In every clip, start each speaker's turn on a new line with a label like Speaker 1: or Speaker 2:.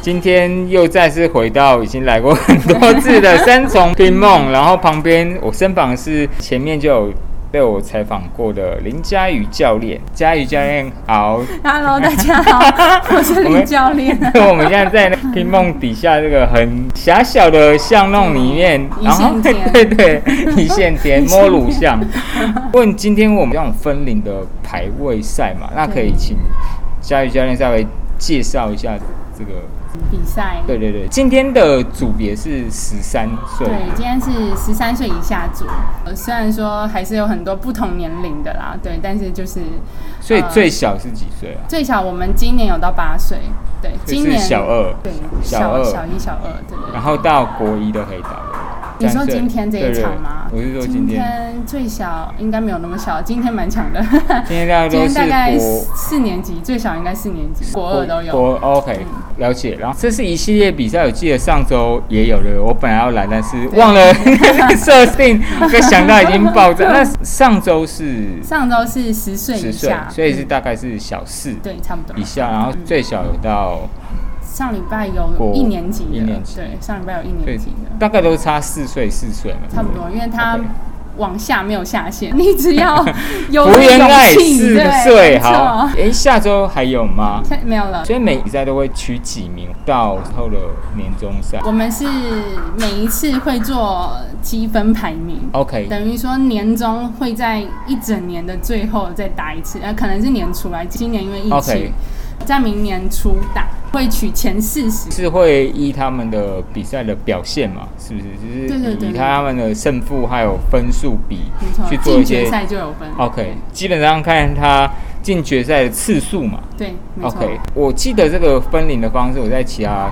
Speaker 1: 今天又再次回到已经来过很多次的三重冰梦，然后旁边我身旁是前面就有被我采访过的林佳瑜教练，佳瑜教练好，
Speaker 2: Hello，大家 好，我是
Speaker 1: 我们
Speaker 2: 林教练。
Speaker 1: 我们现在在那冰梦底下这个很狭小的巷弄里 面，
Speaker 2: 一
Speaker 1: 然后
Speaker 2: 线
Speaker 1: 对
Speaker 2: 天
Speaker 1: 对对，一线田摸乳巷。问今天我们这种分龄的排位赛嘛，那可以请佳瑜教练稍微介绍一下这个。
Speaker 2: 比赛
Speaker 1: 对对对，今天的组别是十三岁
Speaker 2: 对，，今天是十三岁以下组，呃虽然说还是有很多不同年龄的啦，对，但是就是
Speaker 1: 所以
Speaker 2: 呃
Speaker 1: 最小是几岁啊？
Speaker 2: 最小我们今年有到八岁，对，
Speaker 1: 就是
Speaker 2: 今年
Speaker 1: 小二
Speaker 2: 对，
Speaker 1: 小
Speaker 2: 小
Speaker 1: 二
Speaker 2: 小一、小二，对对
Speaker 1: 然后到国一的黑道。
Speaker 2: 嗯你说
Speaker 1: 三岁
Speaker 2: 今天这一
Speaker 1: 对对
Speaker 2: 场吗？
Speaker 1: 我是说今天，
Speaker 2: 最小应该没有那么小，今天蛮强 的。
Speaker 1: 今天大家
Speaker 2: 今
Speaker 1: 都
Speaker 2: 天
Speaker 1: 是
Speaker 2: 大概
Speaker 1: 国
Speaker 2: 四年级，最小应该四年级，国二都有。嗯
Speaker 1: 国 OK，了解。然后这是一系列比赛，我记得上周也有的，我本来要来，但是忘了 设定，就想到已经爆炸。那上周是
Speaker 2: 上周是十岁以
Speaker 1: 十岁
Speaker 2: 下，，嗯
Speaker 1: 所以是大概是小四
Speaker 2: 对，差不多嗯
Speaker 1: 以。下，然后最小有到，
Speaker 2: 上礼拜有一年级的，
Speaker 1: 一年级
Speaker 2: 对，上礼拜有一
Speaker 1: 对
Speaker 2: 年级的，
Speaker 1: 大概都差四岁四岁嘛，
Speaker 2: 差不多，因为他
Speaker 1: 嗯 OK
Speaker 2: 往下没有下限， 你只 要有
Speaker 1: 福原爱
Speaker 2: 勇气
Speaker 1: 四
Speaker 2: 对
Speaker 1: 岁，
Speaker 2: 没错
Speaker 1: 好，诶，下周还有吗？
Speaker 2: 现在 没有了。
Speaker 1: 所以每比赛都会取几名到后的年终赛。
Speaker 2: 我们是每一次会做积分排名。
Speaker 1: OK，
Speaker 2: 等于说年终会在一整年的最后再打一次，呃，可能是年初来，今年因为疫情
Speaker 1: OK
Speaker 2: 在明年初打，会取前四十。
Speaker 1: 是会依他们的比赛的表现嘛？是不是？就
Speaker 2: 对对
Speaker 1: 是
Speaker 2: 对
Speaker 1: 以
Speaker 2: 对
Speaker 1: 他们的胜负还有分数比
Speaker 2: 没错
Speaker 1: 去，做
Speaker 2: 进
Speaker 1: 一些
Speaker 2: 决。赛就有分。
Speaker 1: OK，基本上看他进决赛的次数嘛。
Speaker 2: 对，没错。
Speaker 1: OK，我记得这个分龄的方式，我在其他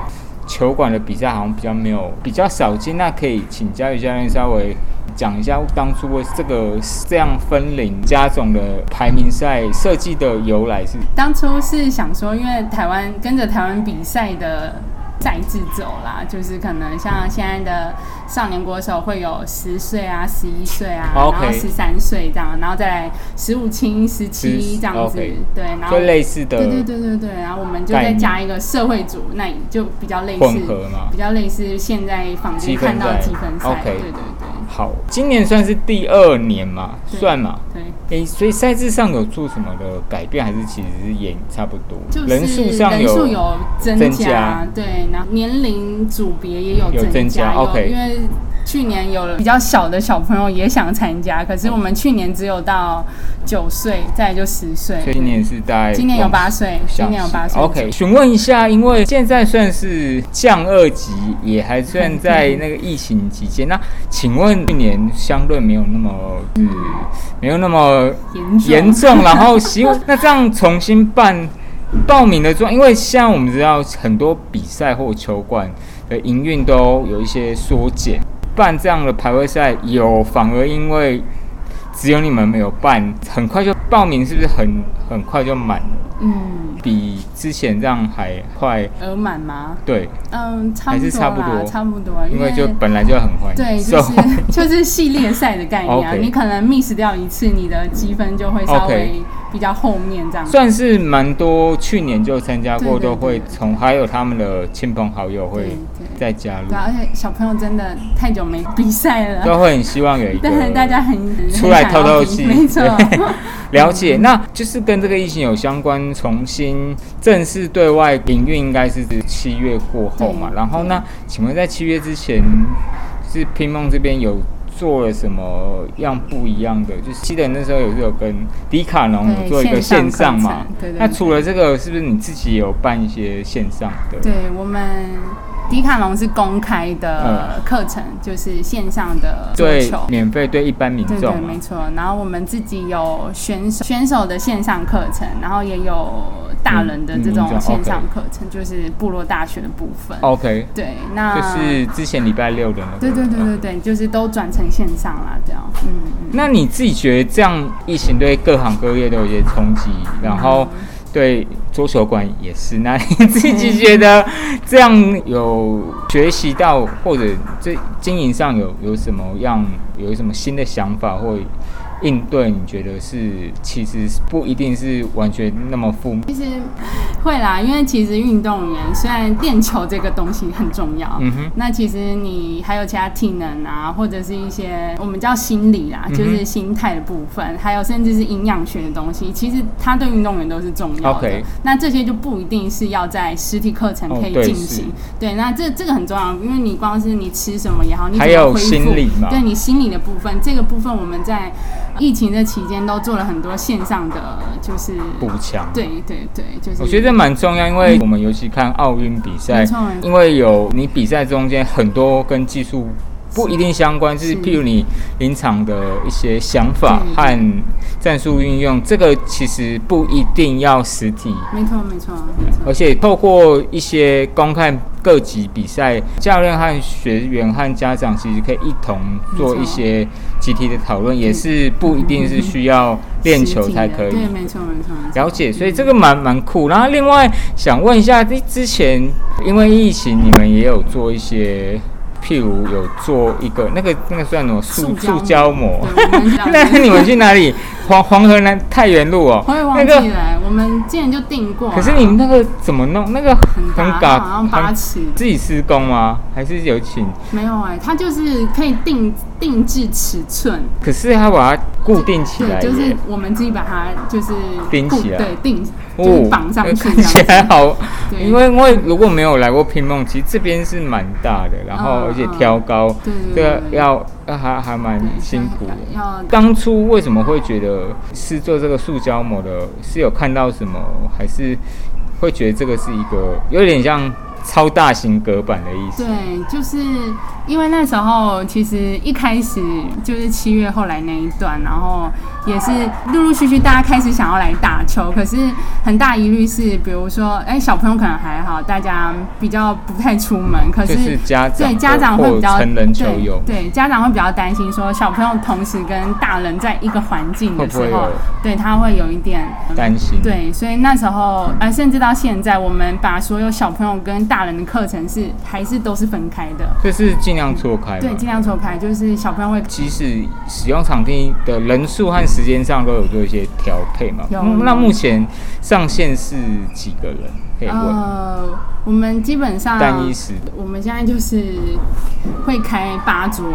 Speaker 1: 球馆的比赛好像比较没有，比较少见。那可以请教育教练稍微讲一下，当初为这个这样分龄加总的排名赛设计的由来是？
Speaker 2: 当初是想说，因为台湾跟着台湾比赛的赛制走啦，就是可能像现在的少年国手会有十岁啊、十一岁啊，然
Speaker 1: 哦 OK
Speaker 2: 后十三岁这样，然后再来十五青、十七
Speaker 1: 10
Speaker 2: 这样子
Speaker 1: 哦 OK，
Speaker 2: 对，然后
Speaker 1: 就。类似的
Speaker 2: 对对对对对，然后我们就
Speaker 1: 概
Speaker 2: 再
Speaker 1: 念
Speaker 2: 加一个社会组，那就比较类似，
Speaker 1: 混合嘛
Speaker 2: 比较类似现在坊
Speaker 1: 积
Speaker 2: 间
Speaker 1: 分
Speaker 2: 看到的
Speaker 1: 赛
Speaker 2: 积分赛
Speaker 1: OK
Speaker 2: 对对对
Speaker 1: 好，今年算是第二年嘛，
Speaker 2: 对
Speaker 1: 算嘛。
Speaker 2: 对，
Speaker 1: 诶、所以赛制上有做什么的改变，还是其实也差不多？
Speaker 2: 就是
Speaker 1: 人数上
Speaker 2: 人数有增加，
Speaker 1: 增加
Speaker 2: 对，然后年龄组别也有
Speaker 1: 有
Speaker 2: 增
Speaker 1: 增加
Speaker 2: 有
Speaker 1: OK
Speaker 2: 因为去年有比较小的小朋友也想参加，可是我们去年只有到九岁，再来就十岁
Speaker 1: 所以，今年是大概
Speaker 2: 今年有
Speaker 1: 往
Speaker 2: 八岁，今年有八岁
Speaker 1: OK，询问一下，因为现在算是降二级，也还算在那个疫情期间。那请问去年相对没有那么，嗯，没有那么呃
Speaker 2: 严重
Speaker 1: 严重，然后希望那这样重新办报名的状，因为现在我们知道很多比赛或球馆的营运都有一些缩减，办这样的排位赛有反而因为。只有你们没有办，很快就报名，是不是很很快就满了？
Speaker 2: 嗯，
Speaker 1: 比之前这样还快，
Speaker 2: 额满吗？
Speaker 1: 对，
Speaker 2: 嗯，差
Speaker 1: 还是
Speaker 2: 不
Speaker 1: 差
Speaker 2: 多
Speaker 1: 不
Speaker 2: 啦，
Speaker 1: 多
Speaker 2: 差不多，
Speaker 1: 因为就本来就很快，
Speaker 2: 对，就是
Speaker 1: So-
Speaker 2: 就是系列赛的概念啊
Speaker 1: OK
Speaker 2: 你可能 miss 掉一次，你的积分就会稍
Speaker 1: OK
Speaker 2: 微比较后面这样 子。
Speaker 1: 算是蛮多，去年就参加过，
Speaker 2: 对对
Speaker 1: 都会从还有他们的亲朋好友会
Speaker 2: 对对
Speaker 1: 再加入
Speaker 2: 对、，啊，而且小朋友真的太久没比赛了，
Speaker 1: 都会很希望有一个
Speaker 2: 但大家很很
Speaker 1: 出来
Speaker 2: 想
Speaker 1: 透
Speaker 2: 要
Speaker 1: 透
Speaker 2: 比
Speaker 1: 气，
Speaker 2: 没错，
Speaker 1: 对了
Speaker 2: 嗯
Speaker 1: 解。那就是跟这个疫情有相关，重新正式对外营运应该是指七月过后嘛。
Speaker 2: 对
Speaker 1: 然后那请问在七月之前，就是拼梦这边有做了什么样不一样的？就是记得那时候有有跟迪卡侬有
Speaker 2: 对
Speaker 1: 做一个线
Speaker 2: 线
Speaker 1: 上
Speaker 2: 上课
Speaker 1: 嘛
Speaker 2: 程。对对
Speaker 1: 那
Speaker 2: 对
Speaker 1: 除了这个，是不是你自己也有办一些线上的？
Speaker 2: 对我们迪卡侬是公开的课程，就是线上的桌
Speaker 1: 对
Speaker 2: 球，。
Speaker 1: 免费对一般民
Speaker 2: 对对，
Speaker 1: 众嘛啊
Speaker 2: 没。错。然后我们自己有选手选手的线上课程，然后也有大人的这
Speaker 1: 嗯嗯
Speaker 2: 种
Speaker 1: 嗯
Speaker 2: 线上
Speaker 1: OK
Speaker 2: 课程，就是部落大学的部分。
Speaker 1: OK，
Speaker 2: 对，那
Speaker 1: 就是之前礼拜六的那个。
Speaker 2: 对对对对对，就是都转成线上啦，这样。嗯嗯。
Speaker 1: 那你自己觉得这样疫情对各行各业都有一些冲击，然后对桌球馆也是。那你自己觉得这样有学习到，或者这经营上有有什么样有什么新的想法或应对？你觉得是其实不一定是完全那么负面。
Speaker 2: 其实会啦，因为其实运动员虽然练球这个东西很重要，
Speaker 1: 嗯哼，
Speaker 2: 那其实你还有其他体能啊，或者是一些我们叫心理啦，
Speaker 1: 嗯哼
Speaker 2: 就是心态的部分，还有甚至是营养学的东西，其实它对运动员都是重要的。
Speaker 1: OK
Speaker 2: 那这些就不一定是要在实体课程
Speaker 1: 哦
Speaker 2: 可以
Speaker 1: 对
Speaker 2: 进
Speaker 1: 是
Speaker 2: 行。对，那这这个很重要，因为你光是你吃什么也好，你
Speaker 1: 还
Speaker 2: 怎么
Speaker 1: 有
Speaker 2: 恢复
Speaker 1: 心理嘛
Speaker 2: 对你心理的部分，这个部分我们在疫情这期间都做了很多线上的，就是
Speaker 1: 步枪。
Speaker 2: 对对对，就是
Speaker 1: 我觉得蛮重要，因为我们尤其看奥运比赛
Speaker 2: 没错没，错
Speaker 1: 因为有你比赛中间很多跟技术不一定相关，就是是譬如你临场的一些想法
Speaker 2: 对
Speaker 1: 和战术运用，这个其实不一定要实体。
Speaker 2: 没错没错没错，
Speaker 1: 而且透过一些观看各级比赛，教练和学员和家长其实可以一同做一些集体的讨论，也是不一定是需要练球
Speaker 2: 实体的
Speaker 1: 才可以
Speaker 2: 对，没错没错没错，
Speaker 1: 了解，所以这个蛮蛮酷。然后另外想问一下，之之前因为疫情，你们也有做一些，譬如有做一个那个那个算什么塑塑胶膜？
Speaker 2: 对我们
Speaker 1: 那你们去哪里？黄黄河南太原路哦，
Speaker 2: 我也忘
Speaker 1: 那
Speaker 2: 记
Speaker 1: 个。
Speaker 2: 了，我们之前就订过啊。
Speaker 1: 可是你们那个怎么弄？那个
Speaker 2: 很
Speaker 1: 很嘎，
Speaker 2: 大，它好像八
Speaker 1: 很
Speaker 2: 尺，
Speaker 1: 自己施工吗？还是有请？
Speaker 2: 没有哎、它就是可以定定制尺寸，
Speaker 1: 可是还把它固定起来耶，
Speaker 2: 对，就是我们自己把它就是
Speaker 1: 钉
Speaker 2: 固
Speaker 1: 起来
Speaker 2: 对，定就是绑上 去
Speaker 1: 看
Speaker 2: 这
Speaker 1: 哦起来
Speaker 2: 样子。
Speaker 1: 好。
Speaker 2: 对
Speaker 1: 因为因为如果没有来过拼梦，其实这边是蛮大的，然后
Speaker 2: 嗯
Speaker 1: 而且挑高，
Speaker 2: 嗯
Speaker 1: 这
Speaker 2: 对对
Speaker 1: 个
Speaker 2: 对对
Speaker 1: 要要还还蛮
Speaker 2: 对
Speaker 1: 辛苦的。
Speaker 2: 要要
Speaker 1: 当初为什么会觉得是做这个塑胶膜的？是有看到什么，还是会觉得这个是一个有点像超大型隔板的意思？
Speaker 2: 对，就是因为那时候其实一开始就是七月后来那一段，然后也是陆陆续续大家开始想要来打球，可是很大疑虑是，比如说，哎、小朋友可能还好，大家比较不太出门，可是
Speaker 1: 就是家长
Speaker 2: 对家长会比较
Speaker 1: 或成人球友
Speaker 2: 对对家长会比较担心说小朋友同时跟大人在一个环境的时
Speaker 1: 会不会
Speaker 2: 候
Speaker 1: 有，
Speaker 2: 对他会有一点嗯
Speaker 1: 担心。
Speaker 2: 对，所以那时候，呃，甚至到现在，我们把所有小朋友跟大人的课程是还是都是分开的，
Speaker 1: 就是尽量错开嘛。
Speaker 2: 对，尽量错开，就是小朋友会
Speaker 1: 即使使用场地的人数和时间上都有做一些调配嘛。
Speaker 2: 有
Speaker 1: 嗯那目前上限是几个人？可以问。
Speaker 2: 呃，我们基本上
Speaker 1: 单一时
Speaker 2: 我们现在就是会开八桌，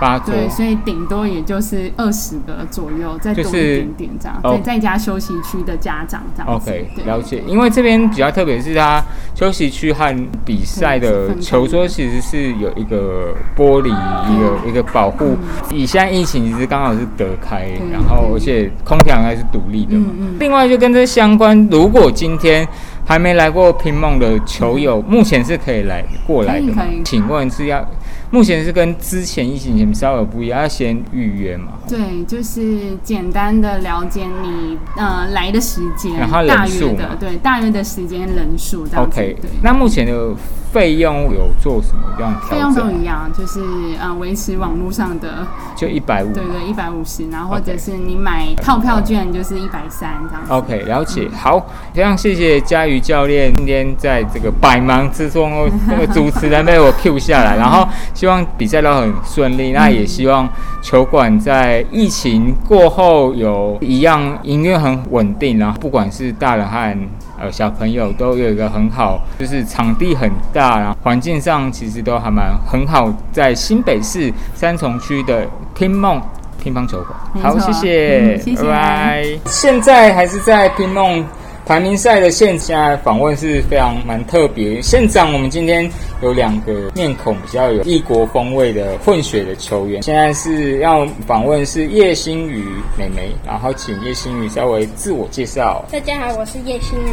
Speaker 1: 八桌，
Speaker 2: 对，所以顶多也就是二十个左右，再多
Speaker 1: 就
Speaker 2: 一
Speaker 1: 是
Speaker 2: 点点这样，
Speaker 1: 哦
Speaker 2: 对，再加休息区的家长这样子
Speaker 1: OK，
Speaker 2: 对
Speaker 1: 了解。因为这边比较特别是它休息区和比赛的球桌其实是有一个玻璃，一个一个保护。以现在疫情其实刚好是隔开，
Speaker 2: 嗯对
Speaker 1: 然后而且空调应该是独立的嘛。
Speaker 2: 嗯嗯
Speaker 1: 另外就跟这相关，如果今天还没来过拼梦的球友，目前是可以来过来的嘛
Speaker 2: 嗯可以可以
Speaker 1: 请问是要目前是跟之前疫情前稍微不一样，要先预约嘛？
Speaker 2: 对，就是简单的了解你呃来的时间，
Speaker 1: 然后人
Speaker 2: 大
Speaker 1: 数
Speaker 2: 约的
Speaker 1: 嘛
Speaker 2: 对大约的时间人数这样子。
Speaker 1: OK，
Speaker 2: 对，
Speaker 1: 那目前的费用有做什么样
Speaker 2: 费
Speaker 1: 调
Speaker 2: 用都
Speaker 1: 整？
Speaker 2: 一样，就是呃维持网络上的
Speaker 1: 就一百五。
Speaker 2: 对对一百五十，然后或者
Speaker 1: OK
Speaker 2: 是你买套票券就是一百三这样子。
Speaker 1: OK，了解。好，非常谢谢佳瑜教练今天在这个百忙之中哦，那个主持人被我 Q 下来，然后希望比赛都很顺利。那也希望球馆在疫情过后有一样营运很稳定，然后不管是大人和呃小朋友都有一个很好，就是场地很大，然后环境上其实都还蛮很好，在新北市三重区的拼梦乒乓球
Speaker 2: 没
Speaker 1: 馆。
Speaker 2: 错
Speaker 1: 好，谢谢，
Speaker 2: 嗯谢谢
Speaker 1: 拜拜。现在还是在拼梦排名赛的线下访问是非常蛮特别。现场我们今天有两个面孔比较有异国风味的混血的球员，现在是要访问是叶星宇妹妹，然后请叶星宇稍微自我介绍。
Speaker 3: 大家好，我是叶星宇，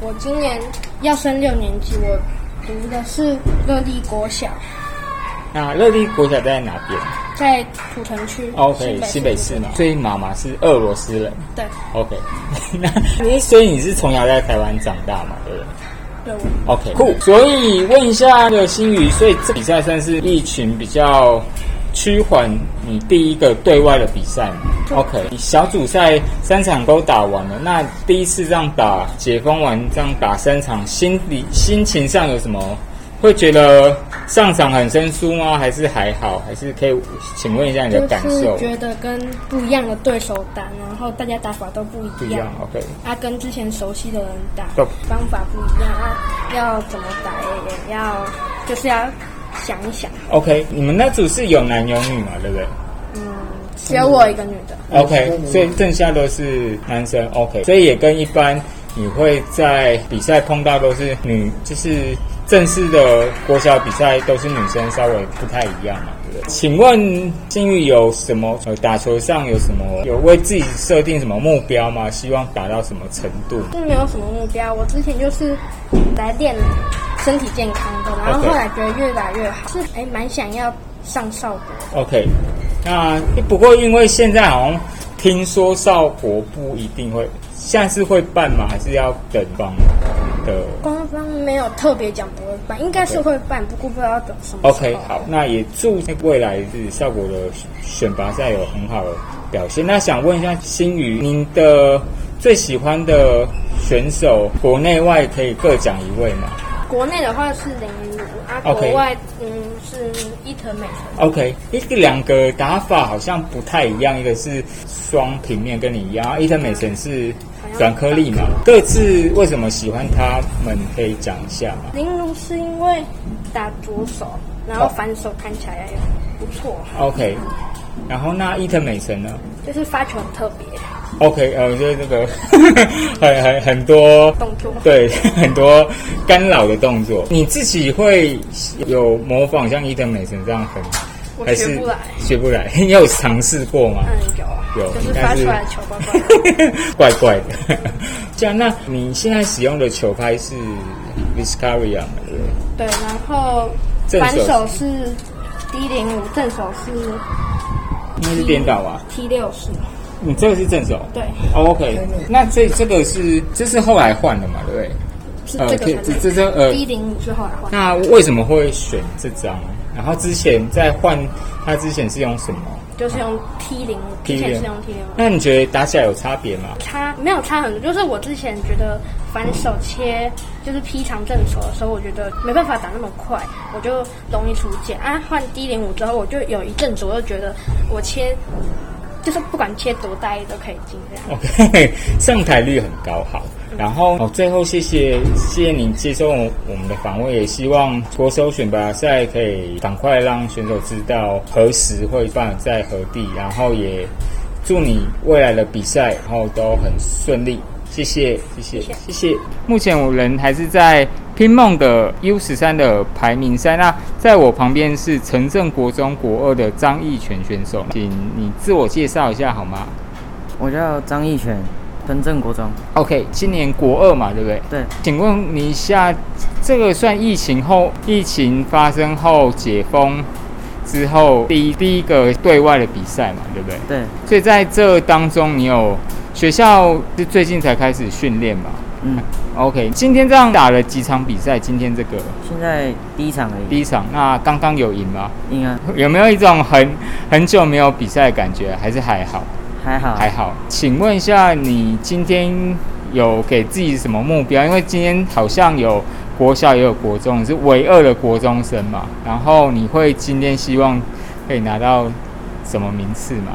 Speaker 3: 我今年要升六年级，我读的是乐利国小，
Speaker 1: 那乐利国小在哪边
Speaker 3: 在土城区。
Speaker 1: ？OK，西北市嘛。所以妈妈是俄罗斯人。
Speaker 3: 对，
Speaker 1: OK，那你所以你是从小在台湾长大嘛，对不对？
Speaker 3: 对我
Speaker 1: OK，酷。所以问一下那个新宇，所以这比赛算是疫情比较趋缓，你第一个对外的比赛嘛？OK，你小组赛三场都打完了，那第一次这样打解封完这样打三场，心里心情上有什么会觉得上场很生疏吗？还是还好？还是可以请问一下你的
Speaker 3: 就
Speaker 1: 感
Speaker 3: 是
Speaker 1: 受？
Speaker 3: 觉得跟不一样的对手打，然后大家打法都不
Speaker 1: 不
Speaker 3: 一
Speaker 1: 一样
Speaker 3: 样，
Speaker 1: ，OK。
Speaker 3: 啊，跟之前熟悉的人打
Speaker 1: 对
Speaker 3: 方法不一样啊，要怎么打也要就是要想一想。
Speaker 1: OK，你们那组是有男有女嘛？对不对
Speaker 3: 嗯，只有我一个女的，
Speaker 1: ？OK，所以剩下都是男生。OK，所以也跟一般你会在比赛碰到都是女，就是正式的国小比赛都是女生，稍微不太一样嘛，对不对？请问幸运有什么呃打球上有什么有为自己设定什么目标吗？希望达到什么程度？
Speaker 3: 是没有什么目标。我之前就是来练身体健康的，然后
Speaker 1: OK
Speaker 3: 后来觉得越来越好，是还蛮想要上少国。
Speaker 1: OK，那不过因为现在好像听说少国不一定会，下次会办吗？还是要等方的
Speaker 3: 官方没有特别讲不会办，应该是会办，不过不知道等什么时候。
Speaker 1: ？OK，好，那也祝未来是效果的选拔赛有很好的表现。那想问一下新宇，您的最喜欢的选手，国内外可以各讲一位吗
Speaker 3: 国内的话是零零五啊，国
Speaker 1: OK
Speaker 3: 外嗯是伊藤美诚。
Speaker 1: ？OK，一个两个打法好像不太一样，一个是双平面跟你一样，伊藤美诚是软颗粒嘛，各自为什么喜欢他们可以讲一下吗
Speaker 3: 零零是因为打左手，然后反手看起来也不错，
Speaker 1: ？OK，然后那伊藤美诚呢
Speaker 3: 就是发球很特别
Speaker 1: ？OK，呃，就是这个 很很很多
Speaker 3: 动作。
Speaker 1: 对 很多干扰的动作，你自己会有模仿像伊藤美诚这样很，
Speaker 3: 我
Speaker 1: 还
Speaker 3: 学
Speaker 1: 是
Speaker 3: 不来
Speaker 1: 学不来？ 你有尝试过吗？
Speaker 3: 嗯，有啊，
Speaker 1: 有
Speaker 3: 就是
Speaker 1: 应该
Speaker 3: 发
Speaker 1: 是
Speaker 3: 出来的球怪怪的。
Speaker 1: 怪怪的。 这样，那你现在使用的球拍是 Viscaria 嘛？对不对
Speaker 3: 对，然后
Speaker 1: 正手
Speaker 3: 反
Speaker 1: 是
Speaker 3: 手是 D 零五，正手是
Speaker 1: 应该是颠倒啊。
Speaker 3: T 六十。
Speaker 1: 你这个是正手。
Speaker 3: 嗯对，
Speaker 1: 哦 OK，那这这个是这是后来换的嘛？对不对？
Speaker 3: 是
Speaker 1: 呃
Speaker 3: 这个
Speaker 1: 这
Speaker 3: 才
Speaker 1: 这这呃
Speaker 3: D 零五是后来换，
Speaker 1: 那为什么会选这张？然后之前在换它之前是用什么？
Speaker 3: 就是用 T 零五，之前是用 T 零五。
Speaker 1: 那你觉得打起来有差别吗？
Speaker 3: 差没有差很多，就是我之前觉得反手切就是劈长正手的时候，我觉得没办法打那么快，我就容易出界啊。换 D 零五之后，我就有一阵子我就觉得我切就是不管切多大力都可以进这样。
Speaker 1: OK，上 台率很高，好。然后哦，最后谢谢谢谢你接受我们的访问，也希望国手选拔赛可以赶快让选手知道何时会办在何地，然后也祝你未来的比赛然后都很顺利，谢谢谢谢谢谢。目前我人还是在拼梦的 U 十三的排名赛，那在我旁边是城镇国中国二的张义全选手，请你自我介绍一下好吗？
Speaker 4: 我叫张义全，深圳国中。
Speaker 1: OK，今年国二嘛，对不对？
Speaker 4: 对，
Speaker 1: 请问你一下，这个算疫情后，疫情发生后解封之后第一第一个对外的比赛嘛，对不对？
Speaker 4: 对，
Speaker 1: 所以在这当中，你有学校是最近才开始训练嘛
Speaker 4: 嗯，
Speaker 1: ？OK，今天这样打了几场比赛？今天这个
Speaker 4: 现在第一场而
Speaker 1: 第
Speaker 4: 已，
Speaker 1: 一场，那刚刚有赢吗？
Speaker 4: 应该
Speaker 1: 有没有一种很很久没有比赛的感觉？还是还好？
Speaker 4: 还好。啊
Speaker 1: 还好，请问一下，你今天有给自己什么目标？因为今天好像有国小也有国中，你是唯二的国中生嘛。然后你会今天希望可以拿到什么名次吗？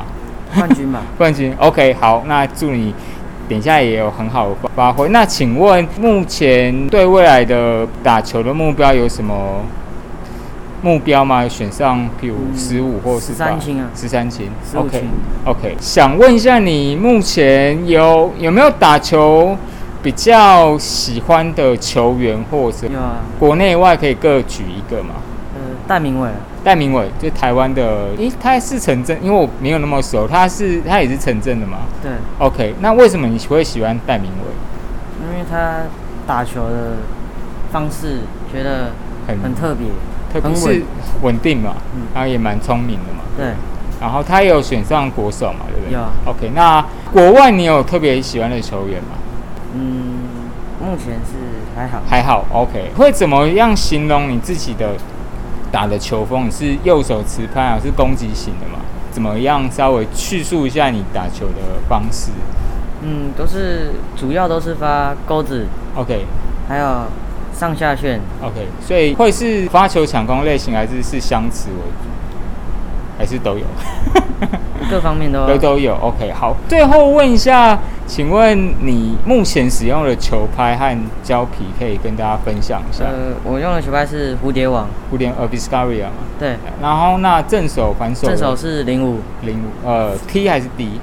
Speaker 4: 冠 军吧，
Speaker 1: 冠军？OK，好，那祝你等一下也有很好的发挥。那请问，目前对未来的打球的目标有什么目标吗？选上，譬如
Speaker 4: 嗯
Speaker 1: 十五或是
Speaker 4: 13青啊
Speaker 1: 十三青
Speaker 4: 15
Speaker 1: ，OK
Speaker 4: 青
Speaker 1: OK。想问一下，你目前有有没有打球比较喜欢的球员，或者
Speaker 4: 有啊，
Speaker 1: 国内外可以各举一个吗？
Speaker 4: 呃，戴明伟，
Speaker 1: 戴明伟，就台湾的，诶，他是城镇，因为我没有那么熟，他是他也是城镇的嘛。
Speaker 4: 对，
Speaker 1: OK，那为什么你会喜欢戴明伟？
Speaker 4: 因为他打球的方式觉得
Speaker 1: 很
Speaker 4: 很特别，
Speaker 1: 特别
Speaker 4: 很
Speaker 1: 是
Speaker 4: 稳，
Speaker 1: 稳定嘛，
Speaker 4: 嗯
Speaker 1: 然后也蛮聪明的嘛，
Speaker 4: 对，
Speaker 1: 然后他也有选上国手嘛，对不对？
Speaker 4: 有啊
Speaker 1: OK，那国外你有特别喜欢的球员吗？
Speaker 4: 嗯，目前是还好，
Speaker 1: 还好，OK。会怎么样形容你自己的打的球风？你是右手持拍啊，是攻击型的嘛？怎么样稍微叙述一下你打球的方式
Speaker 4: 嗯嗯，都是主要都是发钩子，
Speaker 1: ？OK，
Speaker 4: 还有上下旋，
Speaker 1: OK，所以会是发球抢攻类型，还是是相持为主，还是都有？
Speaker 4: 各方面都
Speaker 1: 嗯都都有。OK，好，呃最后问一下，请问你目前使用的球拍和胶皮，可以跟大家分享一下？
Speaker 4: 呃，我用的球拍是蝴蝶网，
Speaker 1: 蝴蝶呃 Viscaria 嘛，
Speaker 4: 对，
Speaker 1: 然后那正手、反手、
Speaker 4: 正手是零五嗯
Speaker 1: 零五呃 T 还是 D？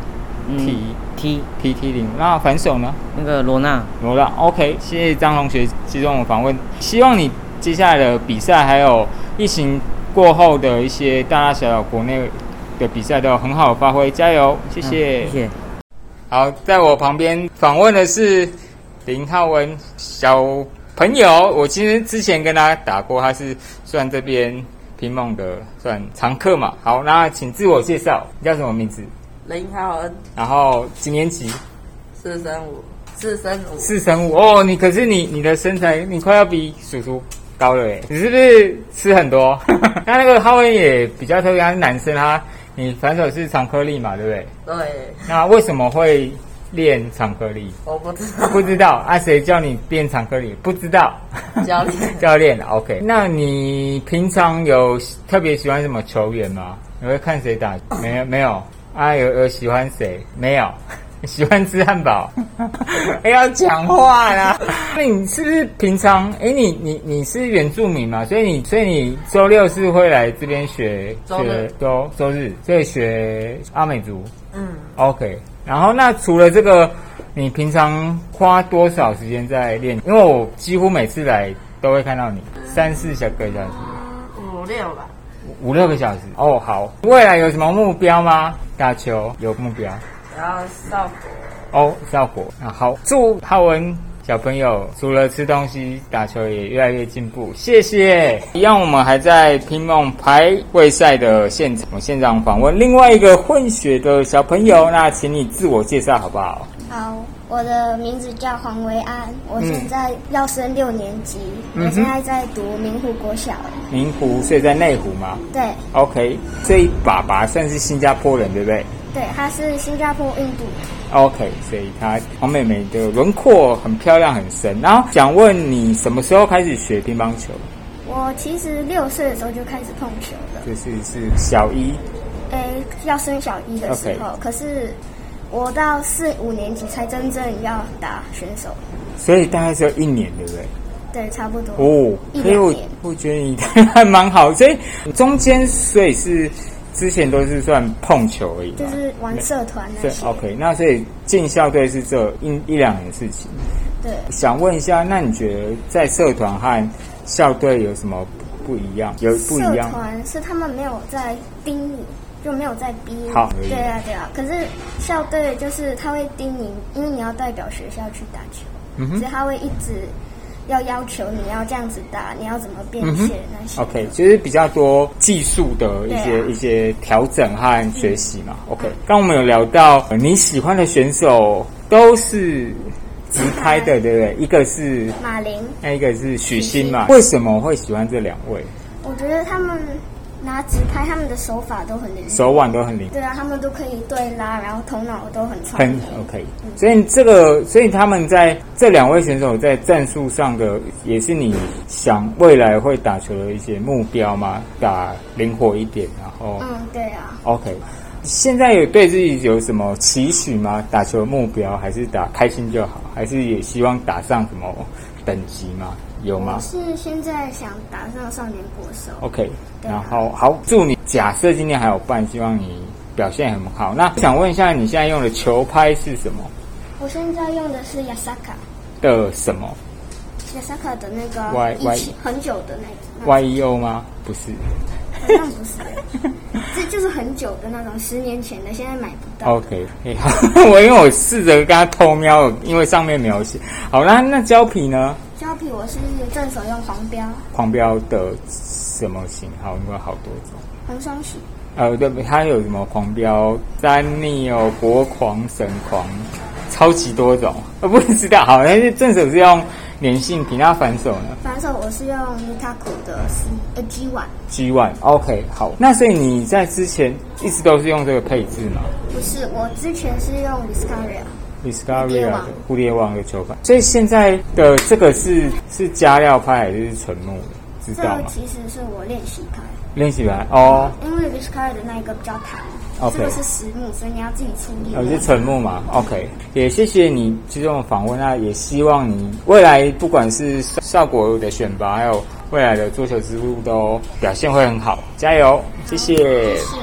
Speaker 1: T
Speaker 4: T
Speaker 1: T T 零，那反手呢？
Speaker 4: 那个罗纳，
Speaker 1: 罗浪，OK，谢谢张同学接受我们访问。希望你接下来的比赛，还有疫情过后的一些大大小小国内的比赛，都有很好的发挥，加油！谢
Speaker 4: 嗯
Speaker 1: 谢。
Speaker 4: 谢谢。
Speaker 1: 好，在我旁边访问的是林浩文小朋友，我其实之前跟他打过，他是算这边拼梦的算常客嘛。好，那请自我介绍，你叫什么名字？
Speaker 5: 林浩恩
Speaker 1: 然后几年级？
Speaker 5: 四三五四三五
Speaker 1: 四乘五哦，你可是你你的身材，你快要比叔叔高了耶！你是不是吃很多？啊那那个浩文也比较特别，他是男生，他你反手是长颗粒嘛，对不对？
Speaker 5: 对，
Speaker 1: 那为什么会练长颗粒？
Speaker 5: 我不知道
Speaker 1: 不知道啊，谁叫你变长颗粒？不知道
Speaker 5: 教练
Speaker 1: 教练，OK。那你平常有特别喜欢什么球员吗？你会看谁打？没有没有啊？有有喜欢谁？没有。喜欢吃汉堡，哎要讲话啦。那你是不是平常？哎、你你你是原住民嘛？所以你所以你周六是会来这边学
Speaker 5: 周日
Speaker 1: 学周周日，所以学阿美族。
Speaker 5: 嗯，
Speaker 1: OK，然后那除了这个，你平常花多少时间在练？因为我几乎每次来都会看到你三四小个小时，
Speaker 5: 五六吧，
Speaker 1: 五五六个小时。哦，好，未来有什么目标吗？打球有目标
Speaker 5: 然后少国
Speaker 1: 哦，效果啊好，祝浩文。小朋友除了吃东西，打球也越来越进步，谢谢。一样，我们还在拼梦排位赛的现场，我现场访问另外一个混血的小朋友，那请你自我介绍好不好？
Speaker 6: 好，我的名字叫黄维安，我现在要升六年级，
Speaker 1: 嗯嗯哼
Speaker 6: 我现在在读明湖国小。
Speaker 1: 明湖，所以在内湖嘛。
Speaker 6: 对
Speaker 1: OK，所以爸爸算是新加坡人，对不对
Speaker 6: 对，他是新加坡印度人。
Speaker 1: ？OK，所以他黄妹妹的轮廓很漂亮，很深。然后想问你什么时候开始学乒乓球？
Speaker 6: 我其实六岁的时候就开始碰球了，
Speaker 1: 就是是小一
Speaker 6: 诶，要升小一的时候可是我到四五年级才真正要打选手，
Speaker 1: 所以大概只有一年，对不对？
Speaker 6: 对，差不多。
Speaker 1: 哦，
Speaker 6: 一
Speaker 1: 所以
Speaker 6: 两
Speaker 1: 我
Speaker 6: 年
Speaker 1: 我觉得你还蛮好，所以中间所以是之前都是算碰球而已嘛，
Speaker 6: 就是玩社团那
Speaker 1: 对
Speaker 6: 些，
Speaker 1: OK，那所以进校队是这一一两年的事情。
Speaker 6: 对，
Speaker 1: 想问一下，那你觉得在社团和校队有什么不一样？有不一
Speaker 6: 社
Speaker 1: 样？
Speaker 6: 团是他们没有在盯你，就没有在逼你。
Speaker 1: 好
Speaker 6: 对啊，对啊。可是校队就是他会盯你，因为你要代表学校去打球，
Speaker 1: 嗯哼
Speaker 6: 所以他会一直要要求你要这样子打，你要怎么变
Speaker 1: 嗯哼
Speaker 6: 现那些。
Speaker 1: ，OK，就是比较多技术的一些、
Speaker 6: 对啊嗯
Speaker 1: 一些调整和学习嘛。OK，刚我们有聊到、呃你喜欢的选手都是直拍 的，对不对？一个是
Speaker 6: 马林，
Speaker 1: 那一个是许昕嘛？
Speaker 6: 许
Speaker 1: 为什么会喜欢这两位？
Speaker 6: 我觉得他们拿直拍，他们的手法都很灵活。
Speaker 1: 手腕都很灵
Speaker 6: 对啊，他们都可以对拉，然后头脑都很嗯创
Speaker 1: 很
Speaker 6: 意。
Speaker 1: OK，所以这个，所以他们在这两位选手在战术上的，也是你想未来会打球的一些目标吗？打灵活一点，然后、
Speaker 6: 嗯，对啊。
Speaker 1: OK。现在有对自己有什么期许吗？打球的目标还是打开心就好，还是也希望打上什么等级吗？有吗
Speaker 6: 我是现在想打上少年国手。
Speaker 1: ？OK，
Speaker 6: 对
Speaker 1: 然
Speaker 6: 啊
Speaker 1: 后好，祝你假设今天还有办，希望你表现很好。那想问一下，你现在用的球拍是什么
Speaker 6: 我现在用的是 Yasaka。
Speaker 1: 的什么？
Speaker 6: 雅萨卡的那
Speaker 1: Y-
Speaker 6: 个
Speaker 1: Y-
Speaker 6: 以前很久的那个，
Speaker 1: Y E O 吗？不是。
Speaker 6: 好像不是，这就是很久的那种，十年前的，现在买不到。
Speaker 1: OK，嘿 好，我因为我试着跟他偷瞄，因为上面没有写。好啦，那胶皮呢？
Speaker 6: 胶皮我是正手用黄标
Speaker 1: 狂飙的什么型号？因为好多种。
Speaker 6: 红双喜，
Speaker 1: 呃，对，它有什么狂飙、詹妮哦、国狂、神狂，超级多种。我不知道，好，但是正手是用粘性皮，那反手呢
Speaker 6: 反手我是用 Mitaku 的 C 呃 G 碗，
Speaker 1: ？G One。OK，好，那所以你在之前一直都是用这个配置吗？
Speaker 6: 不是，我之前是用 Viscaria，
Speaker 1: Discovery 的蝴蝶网的球拍。所以现在的这个是是加料拍还是纯木的？知
Speaker 6: 这
Speaker 1: 道
Speaker 6: 个
Speaker 1: 吗？
Speaker 6: 其实是我练习拍，
Speaker 1: 练习拍哦，
Speaker 6: 因为 Discovery 的那一个比较弹
Speaker 1: OK 哦
Speaker 6: 这个是实木，所以你要自己处理。
Speaker 1: 我是纯木嘛，OK，也谢谢你接受我访问啊，也希望你未来不管是效果的选拔，还有未来的做球之路都表现会很好，加油，谢谢
Speaker 6: 是。